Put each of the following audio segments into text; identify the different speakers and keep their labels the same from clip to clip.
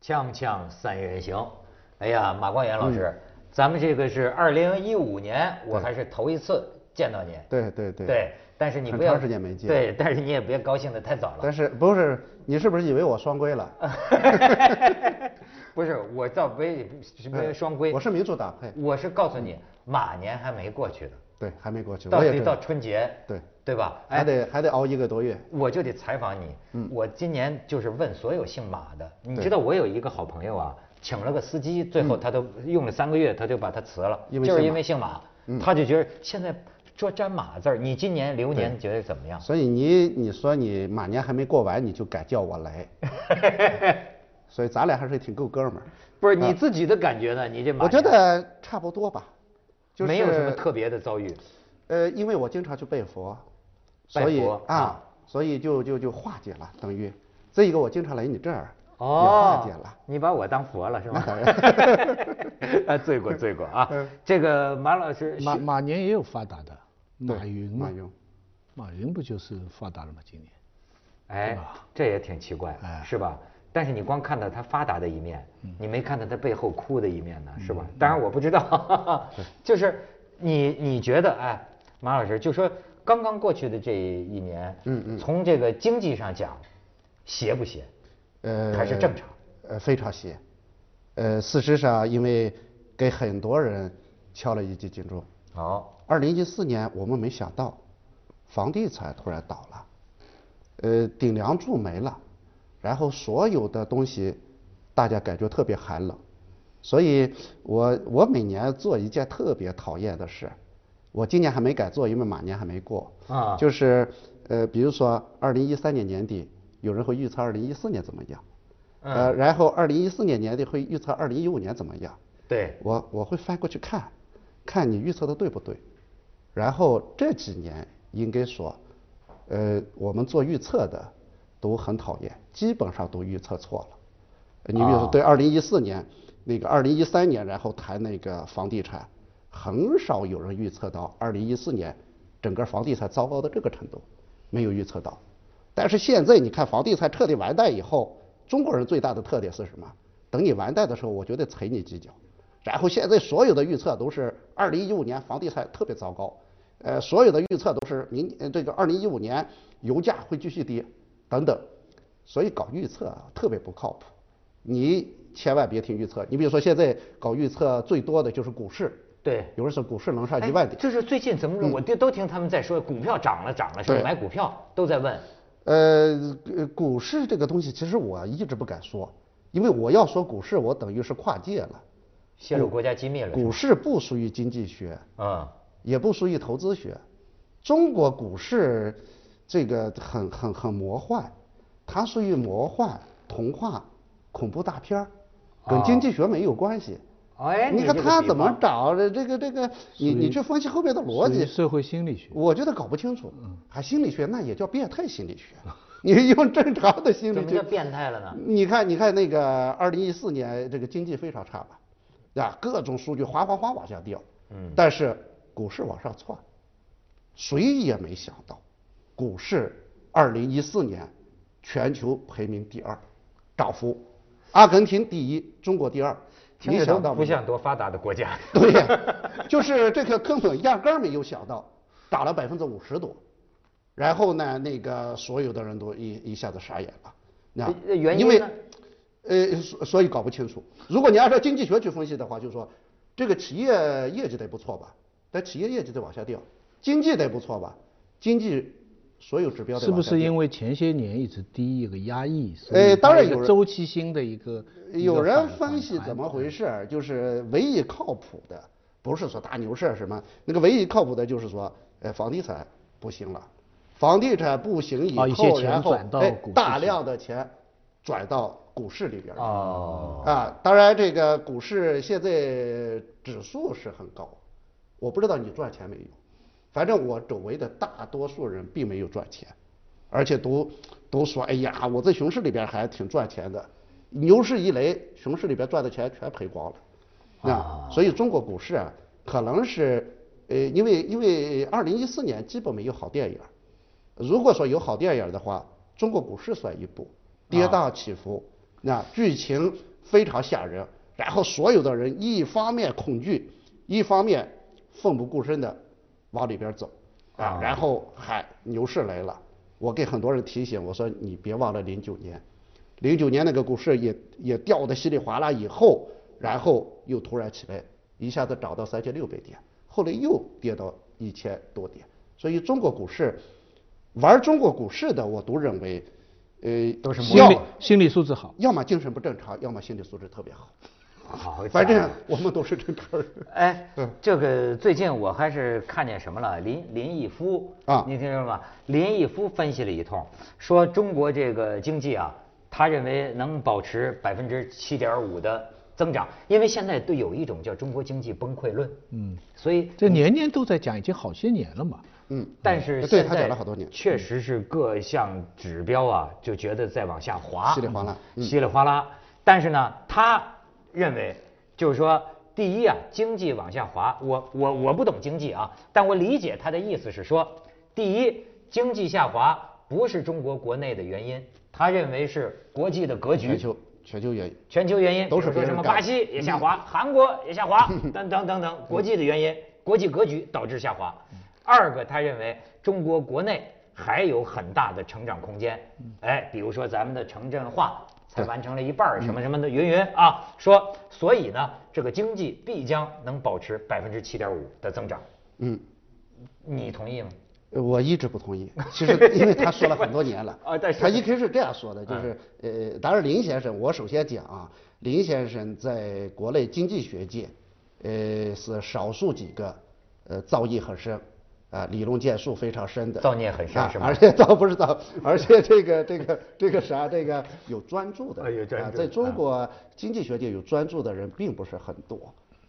Speaker 1: 锵锵三人行，哎呀，马光
Speaker 2: 嗯
Speaker 1: 远老师，咱们这个是二零一五年，我
Speaker 2: 对
Speaker 1: 还是头一次见到您。
Speaker 2: 对对对
Speaker 1: 对，但是你
Speaker 2: 很
Speaker 1: 不要
Speaker 2: 长时间没见
Speaker 1: 对，但是你也别高兴的太早了。
Speaker 2: 但是不是你是不是以为我双 规了？
Speaker 1: 不是，我倒没没双规，
Speaker 2: 我是民主党哎
Speaker 1: 我是告诉你，马年还没过去呢，
Speaker 2: 对，还没过去，
Speaker 1: 到
Speaker 2: 我也
Speaker 1: 得
Speaker 2: 知
Speaker 1: 到
Speaker 2: 道
Speaker 1: 春节，哎
Speaker 2: 对
Speaker 1: 对吧？
Speaker 2: 还得还得熬一个多月。
Speaker 1: 我就得采访你。我今年就是问所有姓马的，你
Speaker 2: 对
Speaker 1: 知道我有一个好朋友啊，请了个司机，最后他都用了三个月，他就把他辞了，
Speaker 2: 因为
Speaker 1: 就是嗯
Speaker 2: 姓
Speaker 1: 因
Speaker 2: 马
Speaker 1: 为姓马，嗯他就觉得现在说沾马字儿，你今年流年觉得怎么样？
Speaker 2: 所以你你说你马年还没过完，你就敢叫我来， 所以咱俩还是挺够哥们儿。
Speaker 1: 不是你自己的感啊觉呢？你这马，
Speaker 2: 我觉得差不多吧，就是
Speaker 1: 没有什么特别的遭遇。
Speaker 2: 呃，因为我经常去拜佛，
Speaker 1: 拜
Speaker 2: 所以
Speaker 1: 佛
Speaker 2: 啊，所以就就就化解了，等于这一个我经常来你这儿，也
Speaker 1: 哦
Speaker 2: 化，解了。
Speaker 1: 你把我当佛了是 吗
Speaker 2: 那当然？
Speaker 1: 啊，醉过醉过啊！这个马老师，
Speaker 3: 马马年也有发达的，马
Speaker 2: 对
Speaker 3: 云嘛
Speaker 2: 马云，
Speaker 3: 马云不就是发达了吗？今年，
Speaker 1: 哎，这也挺奇怪
Speaker 3: 哎，
Speaker 1: 是吧？但是你光看到他发达的一面，
Speaker 2: 嗯
Speaker 1: 你没看到他背后哭的一面呢，是吧？当然我不知道， 就是你你觉得哎，马老师就说刚刚过去的这一年，嗯嗯，从这个经济上讲，邪不邪？
Speaker 2: 呃，
Speaker 1: 还是正常。
Speaker 2: 呃，非常邪。呃，事实上，因为给很多人敲了一记警钟。
Speaker 1: 哦，
Speaker 2: 二零一四年，我们没想到，房地产突然倒了，呃，顶梁柱没了，然后所有的东西，大家感觉特别寒冷。所以我我每年做一件特别讨厌的事，我今年还没敢做，因为马年还没过。
Speaker 1: 啊
Speaker 2: 就是呃，比如说二零一三年年底，有人会预测二零一四年怎么样，呃，然后二零一四年年底会预测二零一五年怎么样。
Speaker 1: 对，
Speaker 2: 我我会翻过去看，看你预测的对不对。然后这几年应该说，呃，我们做预测的都很讨厌，基本上都预测错了。呃你比如说
Speaker 1: 啊
Speaker 2: 对二零一四年、那个二零一三年，然后谈那个房地产，很少有人预测到二零一四年整个房地产糟糕到这个程度，没有预测到。但是现在你看房地产彻底完蛋以后，中国人最大的特点是什么？等你完蛋的时候，我觉得踩你几脚。然后现在所有的预测都是二零一五年房地产特别糟糕，呃，所有的预测都是明呃这个二零一五年油价会继续跌等等，所以搞预测啊特别不靠谱，你千万别听预测。你比如说现在搞预测最多的就是股市，
Speaker 1: 对
Speaker 2: 有人说股市能上
Speaker 1: 哎
Speaker 2: 一万点，
Speaker 1: 就是最近怎么我都都听他们在说股票涨了涨了，是
Speaker 2: 嗯对
Speaker 1: 买股票都在问。
Speaker 2: 呃，呃股市这个东西，其实我一直不敢说，因为我要说股市，我等于是跨界了。
Speaker 1: 泄露国家机密了是吧。
Speaker 2: 股市不属于经济学，
Speaker 1: 嗯，
Speaker 2: 也不属于投资学。中国股市这个很很很魔幻，它属于魔幻、童话、恐怖大片儿，跟经济学没有关系。
Speaker 1: 啊哎，
Speaker 2: 你看
Speaker 1: 这个
Speaker 2: 它
Speaker 1: 比
Speaker 2: 怎么
Speaker 1: 方
Speaker 2: 涨？这个这个，你你去分析后面的逻
Speaker 3: 属于
Speaker 2: 辑，
Speaker 3: 社会心理学
Speaker 2: 我觉得搞不清楚。
Speaker 1: 嗯
Speaker 2: 还心理学那也叫变态心理 学，你用正常的心
Speaker 1: 怎
Speaker 2: 理
Speaker 1: 么
Speaker 2: 去
Speaker 1: 叫变态了呢？
Speaker 2: 你看，你看那个二零一四年这个经济非常差吧，啊，各种数据哗哗哗往下掉，嗯，但是股市往上窜，谁也没想到，股市二零一四年全球排名第二，涨幅，阿根廷第一，中国第二，
Speaker 1: 听
Speaker 2: 没
Speaker 1: 着
Speaker 2: 想
Speaker 1: 都
Speaker 2: 到
Speaker 1: 不
Speaker 2: 没有
Speaker 1: 像多发达的国家。
Speaker 2: 对呀，就是这个根本压根儿没有想到，涨了百分之五十多，然后呢，那个所有的人都一一下子傻眼了，那
Speaker 1: 呃原因
Speaker 2: 因为
Speaker 1: 呢，
Speaker 2: 呃，所所以搞不清楚。如果你按照经济学去分析的话，就是说这个企业业绩得不错吧，但企业业绩得往下掉，经济得不错吧，经济所有指标得
Speaker 3: 是不
Speaker 2: 往下
Speaker 3: 是
Speaker 2: 掉
Speaker 3: 因为前些年一直低一个压抑？所
Speaker 2: 呃
Speaker 3: 以
Speaker 2: 当
Speaker 3: 它
Speaker 2: 然
Speaker 3: 一
Speaker 2: 有
Speaker 3: 个
Speaker 2: 人
Speaker 3: 周期性的一个一
Speaker 2: 有
Speaker 3: 个
Speaker 2: 人
Speaker 3: 反
Speaker 2: 分析
Speaker 3: 反
Speaker 2: 怎么
Speaker 3: 弹嗯
Speaker 2: 回事儿，就是唯一靠谱的，不是说大牛市什么，那个唯一靠谱的就是说，呃，房地产不行了，房地产不行以
Speaker 3: 哦一些
Speaker 2: 后，
Speaker 3: 钱
Speaker 2: 然后
Speaker 3: 转到
Speaker 2: 哎
Speaker 3: 股市，
Speaker 2: 大
Speaker 3: 去
Speaker 2: 量的钱转到股市里边儿
Speaker 1: 哦
Speaker 2: 啊，当然这个股市现在指数是很高，我不知道你赚钱没有，反正我周围的大多数人并没有赚钱，而且都都说哎呀，我在熊市里边还挺赚钱的，牛市一来，熊市里边赚的钱全赔光了。啊，所以中国股市啊，可能是呃，因为因为二零一四年基本没有好电影儿，如果说有好电影儿的话，中国股市算一部，跌宕起伏，那剧情非常吓人。然后所有的人一方面恐惧，一方面奋不顾身的往里边走啊
Speaker 1: 啊，
Speaker 2: 然后还牛市来了。我给很多人提醒，我说你别忘了零九年，零九年那个股市也也掉的稀里哗啦以后，然后又突然起来，一下子涨到三千六百点，后来又跌到一千多点。所以中国股市，玩中国股市的，我都认为，呃，
Speaker 1: 都是
Speaker 3: 心
Speaker 2: 要
Speaker 1: 模
Speaker 3: 理
Speaker 1: 仿
Speaker 2: 么
Speaker 3: 心理素质好，
Speaker 2: 要么精神不正常，要么心理素质特别好。
Speaker 1: 好家
Speaker 2: 反正
Speaker 3: 啊
Speaker 1: 伙
Speaker 2: 我们都是正常人。
Speaker 1: 哎
Speaker 2: 嗯，
Speaker 1: 这个最近我还是看见什么了？林林毅夫
Speaker 2: 啊
Speaker 1: 你听说吗？林毅夫分析了一通，说中国这个经济啊，他认为能保持百分之七点五的增长，因为现在都有一种叫中国经济崩溃论，
Speaker 3: 嗯，
Speaker 1: 所以
Speaker 3: 这年年都在讲，已经好些年了嘛。
Speaker 2: 嗯，
Speaker 1: 但是
Speaker 2: 对
Speaker 1: 现
Speaker 2: 他
Speaker 1: 在
Speaker 2: 讲了好多年，嗯
Speaker 1: 确实是各项指标啊，就觉得在往下滑，
Speaker 2: 稀里哗啦嗯
Speaker 1: 稀里哗啦。但是呢，他认为就是说，第一啊，经济往下滑，我我我不懂经济啊，但我理解他的意思是说，第一，经济下滑不是中国国内的原因，他认为是国际的格局
Speaker 2: 全。球全球原因。
Speaker 1: 全球原因
Speaker 2: 都是
Speaker 1: 比如
Speaker 2: 别
Speaker 1: 说
Speaker 2: 人
Speaker 1: 什么
Speaker 2: 干嗯
Speaker 1: 巴西也下滑，韩国也下滑，等等等等，国际的原因、国际格局导致下滑。
Speaker 2: 嗯
Speaker 1: 二个，他认为中国国内还有很大的成长空间，
Speaker 2: 嗯
Speaker 1: 哎，比如说咱们的城镇化才完成了一半儿，什么什么的，云云啊，说，所以呢，这个经济必将能保持百分之七点五的增长，
Speaker 2: 嗯，
Speaker 1: 你同意吗？，
Speaker 2: 呃我一直不同意。其实因为他说了很多年了
Speaker 1: 啊但是啊
Speaker 2: 他一开始这样说的，就是呃，当然林先生，我首先讲啊，林先生在国内经济学界，呃，是少数几个呃造诣很深。啊，理论建树非常深的，
Speaker 1: 造诣很深
Speaker 2: 啊
Speaker 1: 是吗
Speaker 2: 而且倒不是造，而且这个这个这个啥，这个有专注的，
Speaker 1: 啊有专
Speaker 2: 啊
Speaker 1: 注
Speaker 2: 在中
Speaker 1: 啊
Speaker 2: 国经济学界有专注的人并不是很多。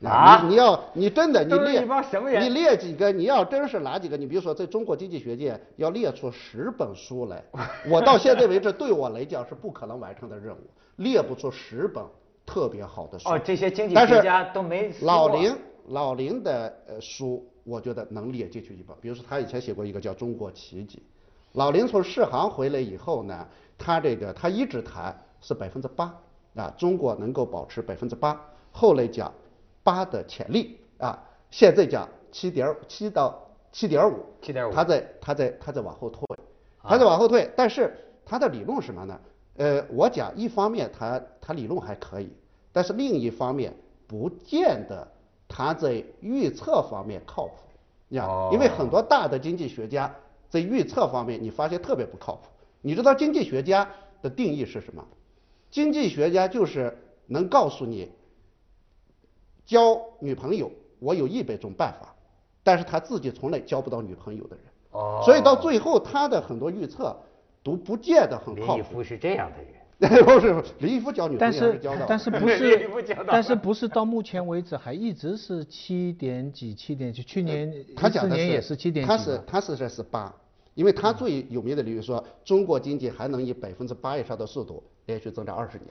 Speaker 1: 啊
Speaker 2: 你你要你真的你
Speaker 1: 都是
Speaker 2: 列
Speaker 1: 一帮什么人
Speaker 2: 你列几个，你要真是哪几个，你比如说在中国经济学界要列出十本书 来，我到现在为止对我来讲是不可能完成的任务，列不出十本特别好的书。
Speaker 1: 哦这些经济
Speaker 2: 但是
Speaker 1: 学家都没试
Speaker 2: 老
Speaker 1: 过
Speaker 2: 林老林的呃书，我觉得能列进去一本，比如说他以前写过一个叫《中国奇迹》，老林从世行回来以后呢，他这个他一直谈是百分之八啊，中国能够保持百分之八，后来讲八的潜力啊，现在讲七点七到七点五，
Speaker 1: 7.5
Speaker 2: 他在他在他在往后退，
Speaker 1: 啊
Speaker 2: 他在往后退，但是他的理论是什么呢？呃，我讲一方面他他理论还可以，但是另一方面不见得他在预测方面靠谱，呀，
Speaker 1: 哦
Speaker 2: 因为很多大的经济学家在预测方面你发现特别不靠谱。你知道经济学家的定义是什么？经济学家就是能告诉你交女朋友，我有一百种办法，但是他自己从来交不到女朋友的人。
Speaker 1: 哦
Speaker 2: 所以到最后他的很多预测都不见得很
Speaker 1: 林
Speaker 2: 靠
Speaker 1: 毅
Speaker 2: 谱
Speaker 1: 夫。是这样的人。
Speaker 2: 不是林毅夫交女朋
Speaker 3: 但
Speaker 2: 友还
Speaker 3: 是
Speaker 2: 交到的，
Speaker 3: 但是不
Speaker 1: 你不
Speaker 3: 是
Speaker 1: 讲道理
Speaker 3: 但是不是到目前为止还一直是七点几七点几？去年
Speaker 2: 他
Speaker 3: 四
Speaker 2: 讲的
Speaker 3: 年也是七点几
Speaker 2: 他
Speaker 3: 嘛，
Speaker 2: 是他是在十八，因为他最有名的理由说，中国经济还能以百分之八以上的速度连续增长二十年，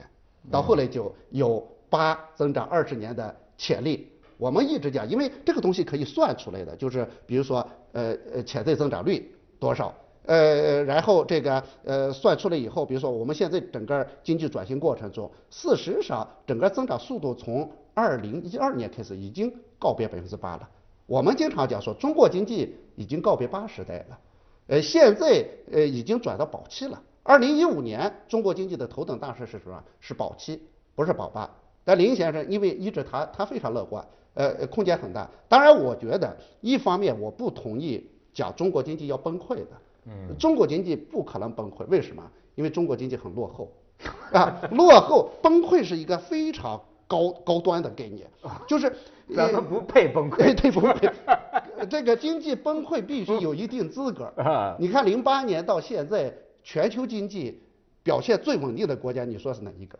Speaker 2: 到后来就有八增长二十年的潜力。我们一直讲，因为这个东西可以算出来的，就是比如说，呃呃，潜在增长率多少，呃，然后这个呃算出来以后，比如说我们现在整个经济转型过程中，事实上整个增长速度从二零一二年开始已经告别百分之八了。我们经常讲说，中国经济已经告别八时代了，呃，现在呃已经转到保七了。二零一五年中国经济的头等大事是什么？是保七，不是保八。但林先生因为一直他他非常乐观，呃，呃空间很大。当然，我觉得一方面我不同意讲中国经济要崩溃的，嗯，中国经济不可能崩溃，为什么？因为中国经济很落后， 啊，落后崩溃是一个非常高高端的概念，就是呃
Speaker 1: 咱们不配崩溃
Speaker 2: 对不对？这个经济崩溃必须有一定资格
Speaker 1: 啊
Speaker 2: 儿。你看零八年到现在，全球经济表现最稳定的国家，你说是哪一个？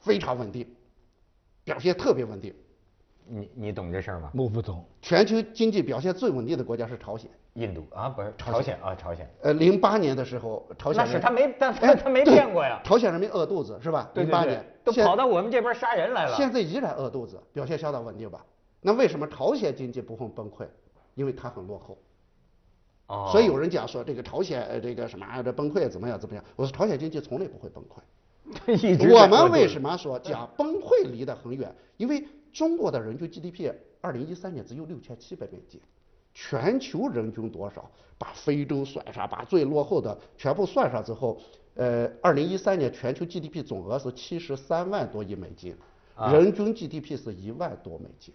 Speaker 2: 非常稳定，表现特别稳定。
Speaker 1: 你你懂这事儿吗？
Speaker 3: 我不懂。
Speaker 2: 全球经济表现最稳定的国家是朝鲜。
Speaker 1: 印度啊，不是朝鲜啊，朝鲜。
Speaker 2: 呃，零八年的时候，朝鲜
Speaker 1: 那是
Speaker 2: 人
Speaker 1: 他没但他
Speaker 2: 哎
Speaker 1: 他没
Speaker 2: 对
Speaker 1: 变过呀
Speaker 2: 朝鲜人民饿肚子是吧？
Speaker 1: 啊对
Speaker 2: 零
Speaker 1: 对
Speaker 2: 八
Speaker 1: 对
Speaker 2: 年
Speaker 1: 都
Speaker 2: 现
Speaker 1: 跑到我们这边杀人来了
Speaker 2: 现在依然饿肚子，表现相当稳定吧？那为什么朝鲜经济不会崩溃？因为它很落后。
Speaker 1: 哦
Speaker 2: 所以有人讲说这个朝鲜呃这个什么啊这崩溃怎么样怎么样？我说朝鲜经济从来不会崩溃，
Speaker 1: 一直
Speaker 2: 我
Speaker 1: 在
Speaker 2: 们
Speaker 1: 过
Speaker 2: 为
Speaker 1: 渡
Speaker 2: 什么说讲崩溃离得很远？因为中国的人均 GDP，二零一三年只有六千七百美金，全球人均多少？把非洲算上，把最落后的全部算上之后，呃，二零一三年全球 GDP 总额是七十三万多亿美金，
Speaker 1: 啊
Speaker 2: 人均 GDP 是一万多美金，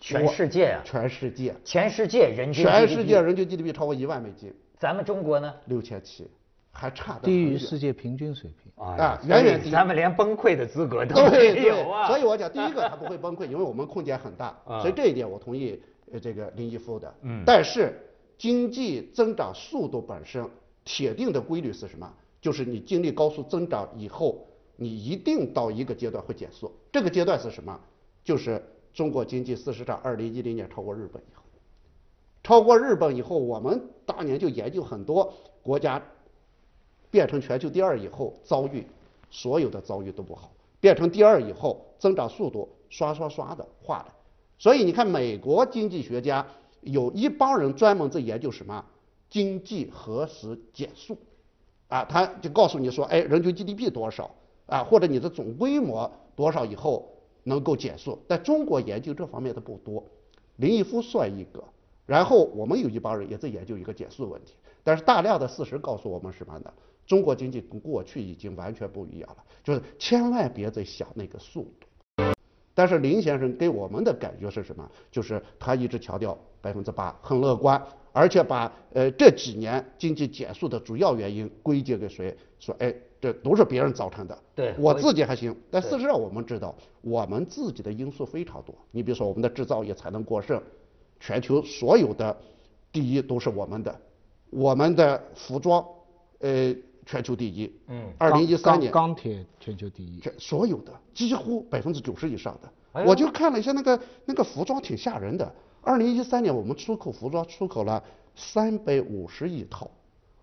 Speaker 1: 全世界啊，
Speaker 2: 全世界，
Speaker 1: 全世界人均
Speaker 2: 全
Speaker 1: GDP
Speaker 2: 世界人均 GDP 超过一万美金，
Speaker 1: 咱们中国呢？
Speaker 2: 六千七，还差得
Speaker 3: 低
Speaker 2: 很
Speaker 3: 于
Speaker 2: 远
Speaker 3: 世界平均水平。
Speaker 2: 啊
Speaker 1: 哎所以
Speaker 2: 远远低于
Speaker 1: 咱们连崩溃的资格都
Speaker 2: 对
Speaker 1: 没
Speaker 2: 对，
Speaker 1: 有啊。
Speaker 2: 所以我讲第一个它不会崩溃，因为我们空间很大，
Speaker 1: 啊
Speaker 2: 所以这一点我同意呃这个林毅夫的。
Speaker 1: 嗯
Speaker 2: 但是经济增长速度本身铁定的规律是什么？就是你经历高速增长以后，你一定到一个阶段会减速。这个阶段是什么？就是中国经济事实上二零一零年超过日本以后。超过日本以后，我们当年就研究很多国家变成全球第二以后遭遇，所有的遭遇都不好。变成第二以后，增长速度刷刷刷的化的。所以你看，美国经济学家有一帮人专门在研究什么经济何时减速啊，他就告诉你说，哎，人均 GDP 多少啊，或者你的总规模多少以后能够减速。但中国研究这方面的不多，林毅夫算一个，然后我们有一帮人也在研究一个减速问题，但是大量的事实告诉我们什么呢？中国经济跟过去已经完全不一样了，就是千万别再想那个速度。但是林先生给我们的感觉是什么？就是他一直强调百分之八，很乐观，而且把呃这几年经济减速的主要原因归结给谁？说哎，这都是别人造成的，
Speaker 1: 对我
Speaker 2: 我自己还行。但
Speaker 1: 对
Speaker 2: 事实上我们知道，我们自己的因素非常多。你比如说我们的制造业产能过剩，全球所有的第一都是我们的，我们的服装呃全球第一，
Speaker 1: 嗯
Speaker 2: 二零一
Speaker 3: 钢
Speaker 2: 三年
Speaker 3: 钢钢铁全球第一，
Speaker 2: 这所有的几乎百分之九十以上的，
Speaker 1: 哎呦
Speaker 2: 我就看了一下那个那个服装挺吓人的。二零一三年我们出口服装出口了三百五十亿套，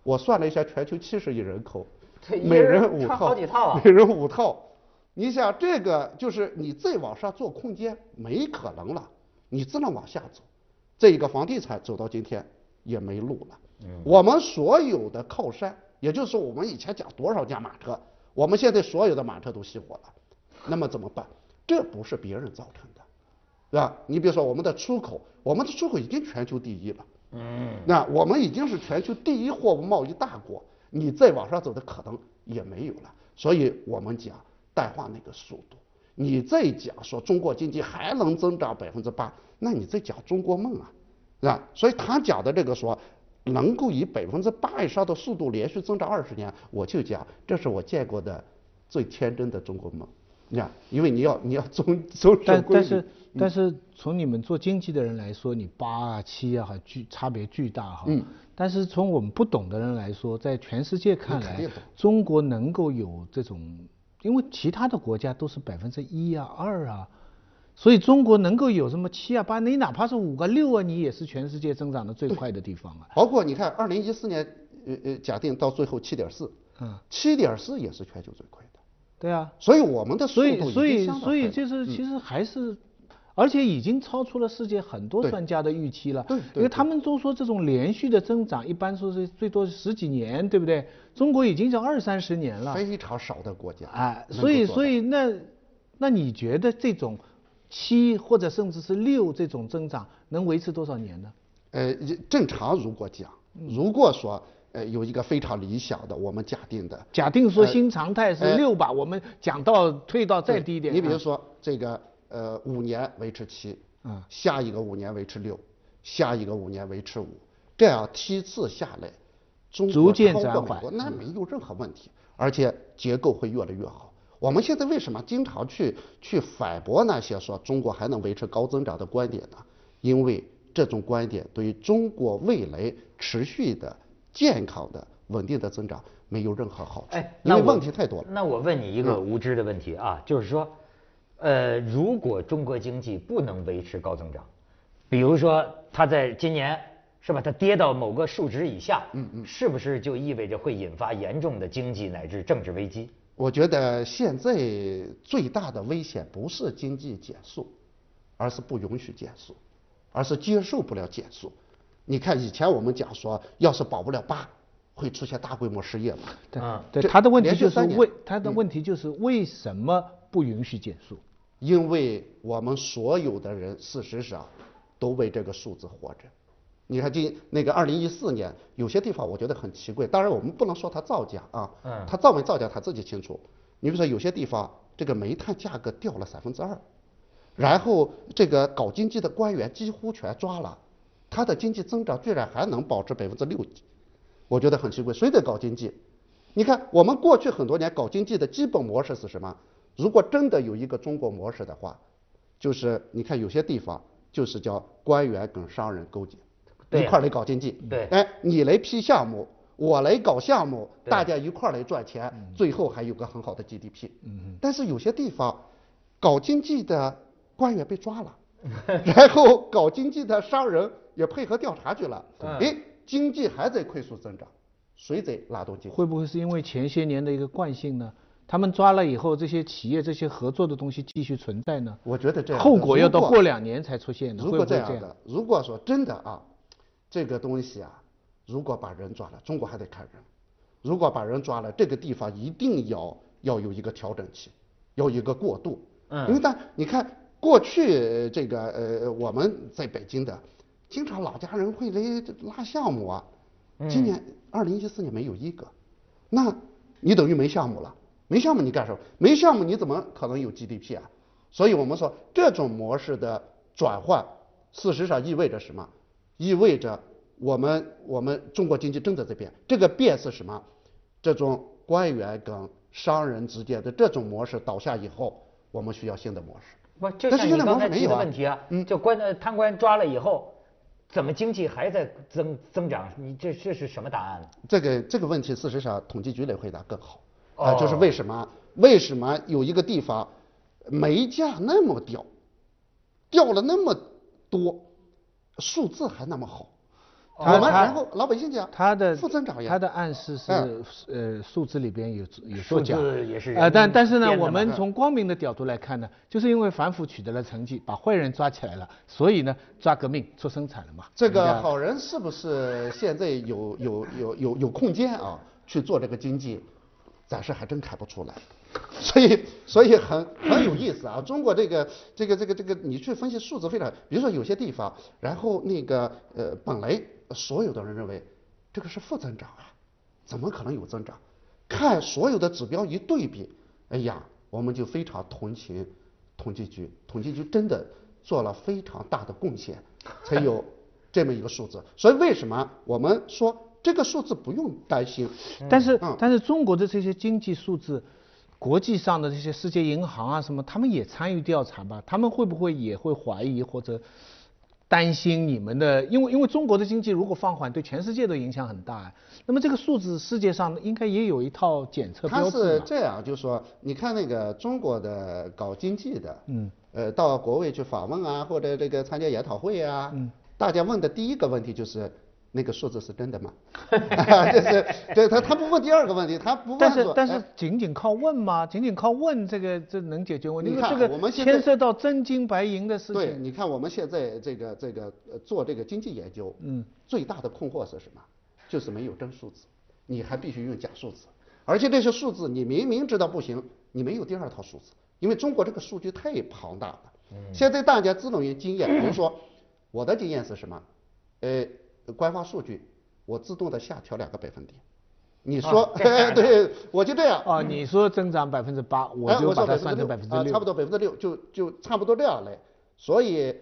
Speaker 2: 我算了一下，全球七十亿人口
Speaker 1: 对，一
Speaker 2: 每
Speaker 1: 人
Speaker 2: 人五
Speaker 1: 穿
Speaker 2: 套，
Speaker 1: 好几套啊
Speaker 2: 每人五套。你想这个就是你再往上做空间没可能了，你只能往下走。这一个房地产走到今天也没路了。我们所有的靠山，也就是说我们以前讲多少架马车，我们现在所有的马车都熄火了，那么怎么办？这不是别人造成的，对吧？你比如说我们的出口，我们的出口已经全球第一了，
Speaker 1: 嗯，
Speaker 2: 那我们已经是全球第一货物贸易大国，你再往上走的可能也没有了。所以我们讲淡化那个速度。你再讲说中国经济还能增长百分之八，那你在讲中国梦啊，是吧？所以他讲的这个说，能够以百分之八以上的速度连续增长二十年，我就讲这是我见过的最天真的中国梦。你看，因为你要你要遵遵守
Speaker 3: 但
Speaker 2: 规嗯
Speaker 3: 但
Speaker 2: 律
Speaker 3: 是，但是从你们做经济的人来说，你八啊七啊哈巨差别巨大哈。
Speaker 2: 嗯。
Speaker 3: 但是从我们不懂的人来说，在全世界看
Speaker 2: 你肯
Speaker 3: 来
Speaker 2: 定懂，
Speaker 3: 中国能够有这种，因为其他的国家都是百分之一啊二啊，所以中国能够有什么七啊八，你哪怕是五个六啊，你也是全世界增长的最快的地方啊。
Speaker 2: 包括你看，二零一四年呃呃假定到最后七点四，
Speaker 3: 嗯，
Speaker 2: 七点四也是全球最快的，
Speaker 3: 对啊。
Speaker 2: 所以我们的速
Speaker 3: 所
Speaker 2: 度
Speaker 3: 以
Speaker 2: 已
Speaker 3: 所
Speaker 2: 经
Speaker 3: 以
Speaker 2: 相当
Speaker 3: 所
Speaker 2: 快
Speaker 3: 以
Speaker 2: 了嗯
Speaker 3: 就是其实还是，而且已经超出了世界很多
Speaker 2: 对
Speaker 3: 专家的预期了。
Speaker 2: 对对
Speaker 3: 因为他们都说这种连续的增长，一般说是最多十几年，对不对？中国已经是二三十年了。
Speaker 2: 非常少的国家
Speaker 3: 哎，
Speaker 2: 能
Speaker 3: 所
Speaker 2: 够
Speaker 3: 以
Speaker 2: 做
Speaker 3: 所
Speaker 2: 到
Speaker 3: 以那那你觉得这种七或者甚至是六这种增长能维持多少年呢？
Speaker 2: 呃，一正常如果讲，
Speaker 3: 嗯
Speaker 2: 如果说呃有一个非常理想的，我们假定的，
Speaker 3: 假定说
Speaker 2: 呃
Speaker 3: 新常态是
Speaker 2: 呃
Speaker 3: 六吧，我们讲到退到再
Speaker 2: 对
Speaker 3: 低一点啊。
Speaker 2: 你比如说这个呃五年维持七，
Speaker 3: 嗯
Speaker 2: 下一个五年维持六，下一个五年维持五，这样梯次下来，中
Speaker 3: 逐
Speaker 2: 国
Speaker 3: 渐
Speaker 2: 超过
Speaker 3: 转
Speaker 2: 美
Speaker 3: 缓嗯
Speaker 2: 国那没有任何问题，而且结构会越来越好。我们现在为什么经常去去反驳那些说中国还能维持高增长的观点呢？因为这种观点对于中国未来持续的、健康的、稳定的增长没有任何好处，
Speaker 1: 哎，
Speaker 2: 因
Speaker 1: 那
Speaker 2: 为
Speaker 1: 我
Speaker 2: 问题太多了。嗯
Speaker 1: 那我问你一个无知的问题啊，就是说，呃，如果中国经济不能维持高增长，比如说它在今年是吧，它跌到某个数值以下，嗯嗯，是不是就意味着会引发严重的经济乃至政治危机？
Speaker 2: 我觉得现在最大的危险不是经济减速，而是不允许减速，而是接受不了减速。你看以前我们讲说，要是保不了八，会出现大规模失业嘛。
Speaker 3: 对
Speaker 1: 嗯
Speaker 3: 对，
Speaker 2: 这
Speaker 3: 他的问题
Speaker 2: 连续
Speaker 3: 就是
Speaker 2: 三年嗯
Speaker 3: 为他的问题就是为什么不允许减速？
Speaker 2: 因为我们所有的人，事实上都为这个数字活着。你看今那个二零一四年，有些地方我觉得很奇怪，当然我们不能说它造假啊，
Speaker 1: 嗯
Speaker 2: 它造没造假他自己清楚。你比如说有些地方这个煤炭价格掉了三分之二，然后这个搞经济的官员几乎全抓了，他的经济增长居然还能保持百分之六，我觉得很奇怪，谁在搞经济？你看，我们过去很多年搞经济的基本模式是什么？如果真的有一个中国模式的话，就是你看有些地方就是叫官员跟商人勾结，
Speaker 1: 对啊
Speaker 2: 一块儿来搞经济。
Speaker 1: 对
Speaker 2: 哎，你来批项目，我来搞项目，
Speaker 1: 对嗯
Speaker 2: 大家一块儿来赚钱，最后还有个很好的 GDP。嗯。但是有些地方搞经济的官员被抓了，然后搞经济的商人也配合调查去了，
Speaker 1: 对
Speaker 2: 哎，经济还在快速增长，谁在拉动经济？
Speaker 3: 会不会是因为前些年的一个惯性呢？他们抓了以后，这些企业这些合作的东西继续存在呢？
Speaker 2: 我觉得这样的
Speaker 3: 后果要到
Speaker 2: 如果
Speaker 3: 过两年才出现呢。
Speaker 2: 如
Speaker 3: 会
Speaker 2: 果
Speaker 3: 不会
Speaker 2: 这
Speaker 3: 这
Speaker 2: 样
Speaker 3: 样？
Speaker 2: 的，如果说真的啊，这个东西啊，如果把人抓了，中国还得看人。如果把人抓了，这个地方一定要要有一个调整期，要有一个过渡。
Speaker 1: 嗯
Speaker 2: 因为但你看过去呃这个呃，我们在北京的，经常老家人会来拉项目啊。
Speaker 3: 嗯
Speaker 2: 今年二零一四年没有一个，那你等于没项目了。没项目你干什么？没项目你怎么可能有 GDP 啊？所以我们说这种模式的转换，事实上意味着什么？意味着我们我们中国经济真的在变。这个变是什么？这种官员跟商人之间的这种模式倒下以后，我们需要新的模式。
Speaker 1: 不，就像
Speaker 2: 但是
Speaker 1: 你
Speaker 2: 现在
Speaker 1: 刚
Speaker 2: 模
Speaker 1: 才
Speaker 2: 式没
Speaker 1: 提
Speaker 2: 有
Speaker 1: 的
Speaker 2: 啊
Speaker 1: 问题啊，
Speaker 2: 嗯
Speaker 1: 就官呃贪官抓了以后，怎么经济还在增增长？你这这是什么答案呢？
Speaker 2: 这个这个问题，事实上统计局来回答更好啊、就是
Speaker 1: 哦
Speaker 2: 为什么为什么有一个地方煤价那么掉，掉了那么多，数字还那么好，我
Speaker 3: 他
Speaker 2: 们
Speaker 3: 他
Speaker 2: 然后老百姓讲
Speaker 3: 他的
Speaker 2: 啊负增长呀，
Speaker 3: 他的暗示是
Speaker 2: 嗯
Speaker 3: 呃数字里边有有
Speaker 1: 数
Speaker 3: 作假
Speaker 1: 字也是
Speaker 3: 呃，
Speaker 1: 人
Speaker 3: 但但是呢
Speaker 1: 编，的
Speaker 3: 我
Speaker 1: 嘛
Speaker 3: 们
Speaker 2: 嗯
Speaker 3: 从光明的角度来看呢，就是因为反腐取得了成绩，把坏人抓起来了，所以呢抓革命出生产了嘛。
Speaker 2: 这
Speaker 3: 人
Speaker 2: 个
Speaker 3: 家
Speaker 2: 好人是不是现在有有有有有空间啊去做这个经济，暂时还真看不出来。所以所以很很有意思啊，中国这个这个这个这个，你去分析数字非常，比如说有些地方，然后那个呃本来所有的人认为这个是负增长啊，怎么可能有增长？看所有的指标一对比，哎呀，我们就非常同情统计局，统计局真的做了非常大的贡献，才有这么一个数字。所以为什么我们说这个数字不用担心？
Speaker 3: 但是、
Speaker 2: 嗯
Speaker 3: 但是中国的这些经济数字，国际上的这些世界银行啊什么，他们也参与调查吧？他们会不会也会怀疑或者担心你们的？因为因为中国的经济如果放缓，对全世界的影响很大、啊。那么这个数字世界上应该也有一套检测
Speaker 2: 它
Speaker 3: 标啊
Speaker 2: 是
Speaker 3: 志嘛？
Speaker 2: 这样，就是说，你看那个中国的搞经济的，嗯，呃，到国外去访问啊，或者这个参加研讨会啊，嗯，大家问的第一个问题就是。那个数字是真的 吗？ 就是，对他他不问第二个问题，他不问
Speaker 3: 但是
Speaker 2: 说
Speaker 3: 但
Speaker 2: 哎
Speaker 3: 是仅仅靠问吗？仅仅靠问这个这能解决问题？
Speaker 2: 你
Speaker 3: 因为这
Speaker 2: 看我
Speaker 3: 个
Speaker 2: 们现在
Speaker 3: 牵涉到真金白银的事
Speaker 2: 对，
Speaker 3: 情。
Speaker 2: 你看我们现在这个这个呃做这个经济研究，嗯，最大的困惑是什么？就是没有真数字，你还必须用假数字，而且这些数字你明明知道不行，你没有第二套数字，因为中国这个数据太庞大了。现在大家只能用经验，比如说我的经验是什么？呃，官方数据我自动的下调两个百分点，你说，
Speaker 1: 啊这 样的
Speaker 2: 对，我就这样。
Speaker 3: 哦，你说增长百分之八，我
Speaker 2: 哎
Speaker 3: 就把
Speaker 2: 说
Speaker 3: 它算成百分
Speaker 2: 6%
Speaker 3: 之
Speaker 2: 啊
Speaker 3: 六
Speaker 2: 差。不多百分之六，就就差不多这样嘞。所以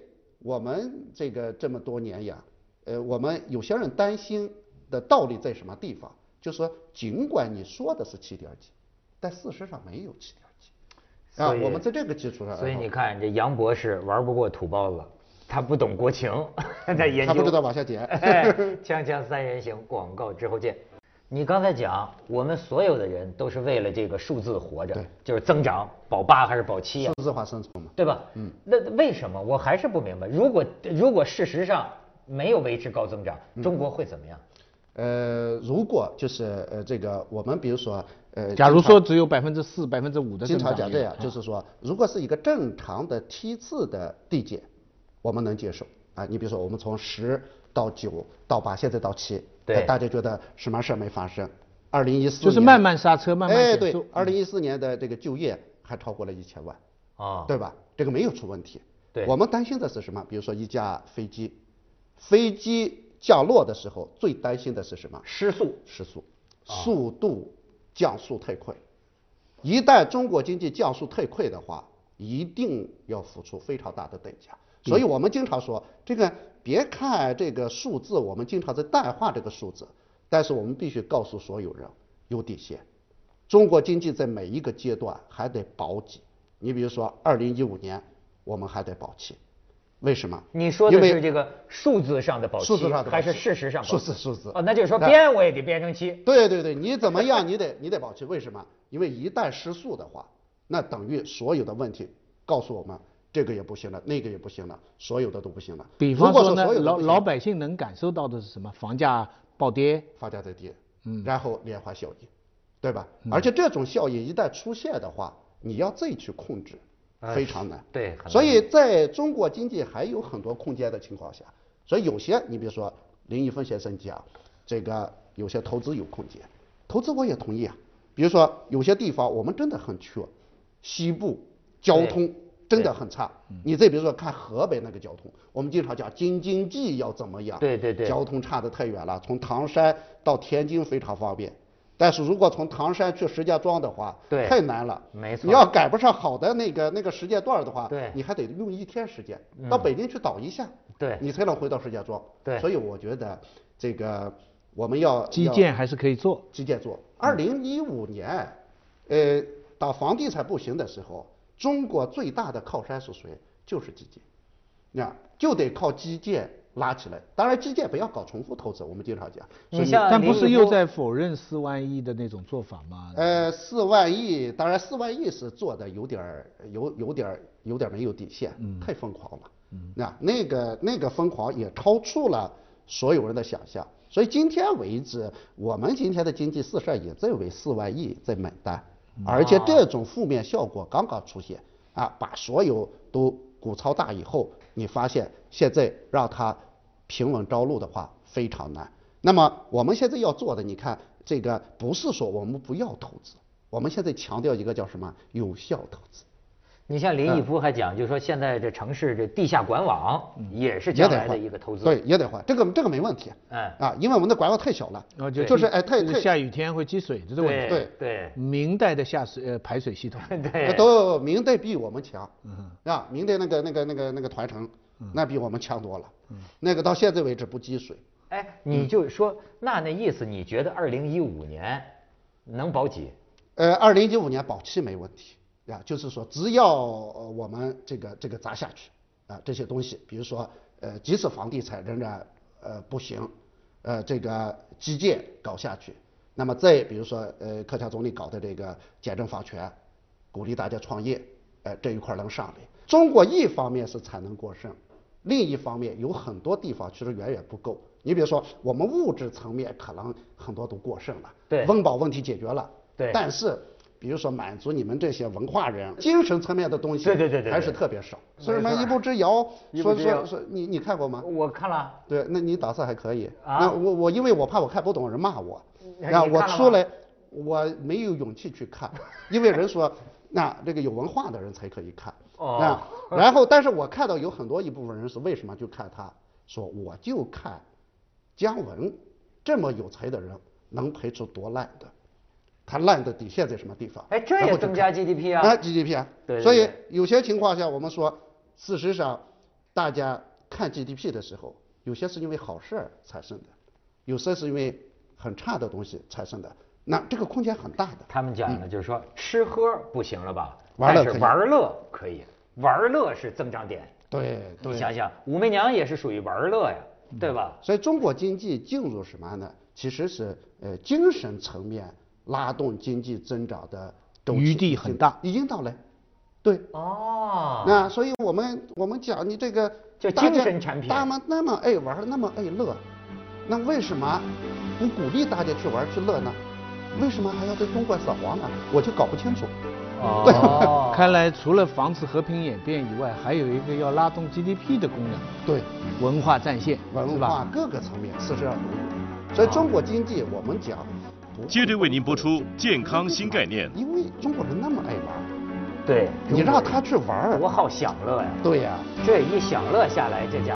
Speaker 2: 我们这个这么多年呀，呃，我们有些人担心的道理在什么地方？就说尽管你说的是七点几，但事实上没有七点几。啊
Speaker 1: 所以，
Speaker 2: 我们在这个基础上，啊
Speaker 1: 所以
Speaker 2: 然后
Speaker 1: 你看这杨博士玩不过土包子，他不懂国 情，在研究
Speaker 2: 他不知道往下减
Speaker 1: 哎锵锵三人行，广告之后见。你刚才讲，我们所有的人都是为了这个数字活着
Speaker 2: 对，
Speaker 1: 就是增长，保八还是保七啊？
Speaker 2: 数字化生存嘛。
Speaker 1: 对吧？嗯，那为什么我还是不明白？如果如果事实上没有维持高增长，
Speaker 2: 嗯
Speaker 1: 中国会怎么样？
Speaker 2: 呃，如果就是呃这个我们比如说呃，
Speaker 3: 假如
Speaker 2: 经常
Speaker 3: 说只有百分之四、百分之五的
Speaker 2: 经
Speaker 3: 增
Speaker 2: 常
Speaker 3: 长，啊
Speaker 2: 讲这样，就是说，如果是一个正常的梯次的递减，我们能接受。啊，你比如说我们从十到九到八，现在到七，
Speaker 1: 对
Speaker 2: 大家觉得什么事儿没发生？二零一四
Speaker 3: 就是慢慢刹车慢慢
Speaker 2: 哎，
Speaker 3: 减
Speaker 2: 对
Speaker 3: 速，嗯
Speaker 2: 二零一四年的这个就业还超过了一千万，
Speaker 1: 啊，
Speaker 2: 对吧？这个没有出问题。
Speaker 1: 对
Speaker 2: 我们担心的是什么？比如说一架飞机，飞机降落的时候最担心的是什么？
Speaker 1: 失速，
Speaker 2: 失速，
Speaker 3: 啊
Speaker 2: 速度降速退溃。一旦中国经济降速退溃的话，一定要付出非常大的代价。
Speaker 1: 嗯
Speaker 2: 所以我们经常说，这个别看这个数字，我们经常在淡化这个数字，但是我们必须告诉所有人有底线。中国经济在每一个阶段还得保几，你比如说二零一五年，我们还得保七，为什么？
Speaker 1: 你说的
Speaker 2: 因为
Speaker 1: 是这个数字上的保期，
Speaker 2: 数字上的保
Speaker 1: 还是
Speaker 2: 期
Speaker 1: 事实上保
Speaker 2: 数
Speaker 1: 期
Speaker 2: 字数字
Speaker 1: 哦，那就是说
Speaker 2: 那
Speaker 1: 编我也得编成七。
Speaker 2: 对对对，你怎么样，你得你得保持。为什么？因为一旦失速的话，那等于所有的问题告诉我们，这个也不行了，那个也不行了，所有的都不行了。
Speaker 3: 比方说
Speaker 2: 如果
Speaker 3: 呢
Speaker 2: 所，有的
Speaker 3: 老
Speaker 2: 不行
Speaker 3: 老百姓能感受到的是什么？房价暴跌，
Speaker 2: 房价在跌，嗯，然后连环效应，对吧？
Speaker 3: 嗯
Speaker 2: 而且这种效应一旦出现的话，你要自己去控制，
Speaker 1: 哎
Speaker 2: 非常难。
Speaker 1: 对很难
Speaker 2: 所以在中国经济还有很多空间的情况下，所以有些你比如说林一峰先生讲，这个有些投资有空间，投资我也同意啊。比如说有些地方我们真的很缺，西部交
Speaker 1: 对嗯
Speaker 2: 通真的很差。你再比如说看河北那个交通，我们经常讲京津冀要怎么样，
Speaker 1: 对对对
Speaker 2: 交通差得太远了，从唐山到天津非常方便。但是如果从唐山去石家庄的话，
Speaker 1: 对
Speaker 2: 太难了。
Speaker 1: 没错
Speaker 2: 你要赶不上好的那个那个时间段儿的话，
Speaker 1: 对嗯
Speaker 2: 你还得用一天时间到北京去倒一下，
Speaker 1: 对
Speaker 2: 你才能回到石家庄。
Speaker 1: 对
Speaker 2: 所以我觉得这个我们要
Speaker 3: 基
Speaker 2: 呃要
Speaker 3: 建还是可以做。
Speaker 2: 基建
Speaker 1: 嗯
Speaker 2: 做。二零一五年，呃，当房地产不行的时候，中国最大的靠山是谁？就是基建，那就得靠基建拉起来。当然，基建不要搞重复投资，我们经常讲。
Speaker 1: 你
Speaker 2: 所以
Speaker 1: 像
Speaker 3: 但不
Speaker 1: 林
Speaker 3: 是
Speaker 1: 毅
Speaker 3: 又
Speaker 1: 夫
Speaker 3: 在否认四万亿的那种做法吗？
Speaker 2: 呃，四万亿，当然四万亿是做的有点儿有有点儿有点儿没有底线，太疯狂了。那那个那个疯狂也超出了所有人的想象。所以今天为止，我们今天的经济四射也在为四万亿在买单，而且这种负面效果刚刚出现啊，把所有都鼓操大以后，你发现现在让它平稳着陆的话非常难。那么我们现在要做的，你看这个不是说我们不要投资，我们现在强调一个叫什么有效投资，
Speaker 1: 你像
Speaker 2: 嗯
Speaker 1: 林毅夫还讲，就说现在这城市这地下管网也是
Speaker 2: 嗯也
Speaker 1: 将
Speaker 2: 得
Speaker 1: 来的
Speaker 2: 换
Speaker 1: 一个投资。
Speaker 2: 对，也得换，这个这个没问题。
Speaker 1: 哎
Speaker 2: 啊，因为我们的管道太小了，
Speaker 3: 然后就
Speaker 2: 就是
Speaker 3: 地
Speaker 2: 哎太
Speaker 3: 这个
Speaker 2: 太
Speaker 3: 下雨天会积水的这个问题。
Speaker 1: 对
Speaker 2: 对
Speaker 1: 对
Speaker 3: 明代的下水呃排水系统，
Speaker 1: 对，
Speaker 2: 都明代比我们强，啊，明代那个那个那个那个团城，那比我们强多了，那个到现在为止不积水，
Speaker 1: 哎，
Speaker 2: 嗯
Speaker 1: 你就说那那意思，你觉得二零一五年能保几？
Speaker 2: 呃，二零一五年保期没问题呀、就是说只要、呃我们这个这个砸下去啊、这些东西，比如说呃，即使房地产仍然呃不行，呃，这个基建搞下去，那么再比如说呃，克强总理搞的这个简政放权，鼓励大家创业，呃，这一块儿能上来。中国一方面是产能过剩，另一方面有很多地方其实远远不够。你比如说，我们物质层面可能很多都过剩了，
Speaker 1: 对
Speaker 2: 温饱问题解决了，
Speaker 1: 对
Speaker 2: 但是，比如说满足你们这些文化人精神层面的东西，
Speaker 1: 对对对对
Speaker 2: 还是
Speaker 1: 对
Speaker 2: 特别少。
Speaker 1: 没
Speaker 2: 所以什么
Speaker 1: 错
Speaker 2: 一步之遥，
Speaker 1: 一步
Speaker 2: 说
Speaker 1: 之
Speaker 2: 说
Speaker 1: 遥
Speaker 2: 说，你你看过吗？
Speaker 1: 我看了，
Speaker 2: 对，那你打算还可以。
Speaker 1: 啊
Speaker 2: 那我我因为我怕我看不懂人骂我，
Speaker 1: 你
Speaker 2: 那
Speaker 1: 你
Speaker 2: 我
Speaker 1: 看了
Speaker 2: 出
Speaker 1: 吗
Speaker 2: 来我没有勇气去看，因为 人说那这个有文化的人才可以看。
Speaker 1: 哦
Speaker 2: 那然后但是我看到有很多一部分人是为什么就看他，说我就看姜文这么有才的人能拍出多烂的，他烂的底线在什么地方？
Speaker 1: 哎这
Speaker 2: 然
Speaker 1: 也
Speaker 2: 后就
Speaker 1: 增
Speaker 2: 看
Speaker 1: 加 GDP 啊
Speaker 2: GDP 啊。
Speaker 1: 对对
Speaker 2: 所以
Speaker 1: 对
Speaker 2: 有些情况下，我们说，事实上，大家看 GDP 的时候，有些是因为好事儿产生的，有些是因为很差的东西产生的。那这个空间很大的。
Speaker 1: 他们讲的就是说吃喝不行了吧，
Speaker 2: 嗯玩乐
Speaker 1: 但
Speaker 2: 可
Speaker 1: 是
Speaker 2: 以
Speaker 1: 玩乐可以，玩乐是增长点。
Speaker 2: 对对。
Speaker 1: 你想想，武媚娘也是属于玩乐呀，对吧？
Speaker 2: 所以中国经济进入什么呢？其实是呃精神层面拉动经济增长的周期
Speaker 3: 余地很大
Speaker 2: 已经已经到来。对，
Speaker 1: 哦，
Speaker 2: 嗯那所以我们我们讲你这个
Speaker 1: 就
Speaker 2: 大家
Speaker 1: 精神产品
Speaker 2: 大们那么爱玩，那么爱乐，那为什么不鼓励大家去玩去乐呢？为什么还要在东关扫黄呢？我就搞不清楚。
Speaker 1: 哦
Speaker 3: 看来除了防止和平演变以外，还有一个要拉动 GDP 的功能，
Speaker 2: 对，
Speaker 3: 文化战线，是
Speaker 2: 文化
Speaker 3: 吧？
Speaker 2: 各个层面四十二度。所以中国经济，我们讲，不
Speaker 4: 接着为您播出健康新概念
Speaker 2: 因为中国人那么爱玩，
Speaker 1: 对，
Speaker 2: 你让他去玩儿
Speaker 1: 多好享乐呀！
Speaker 2: 对呀、
Speaker 1: 这一享乐下来，这家。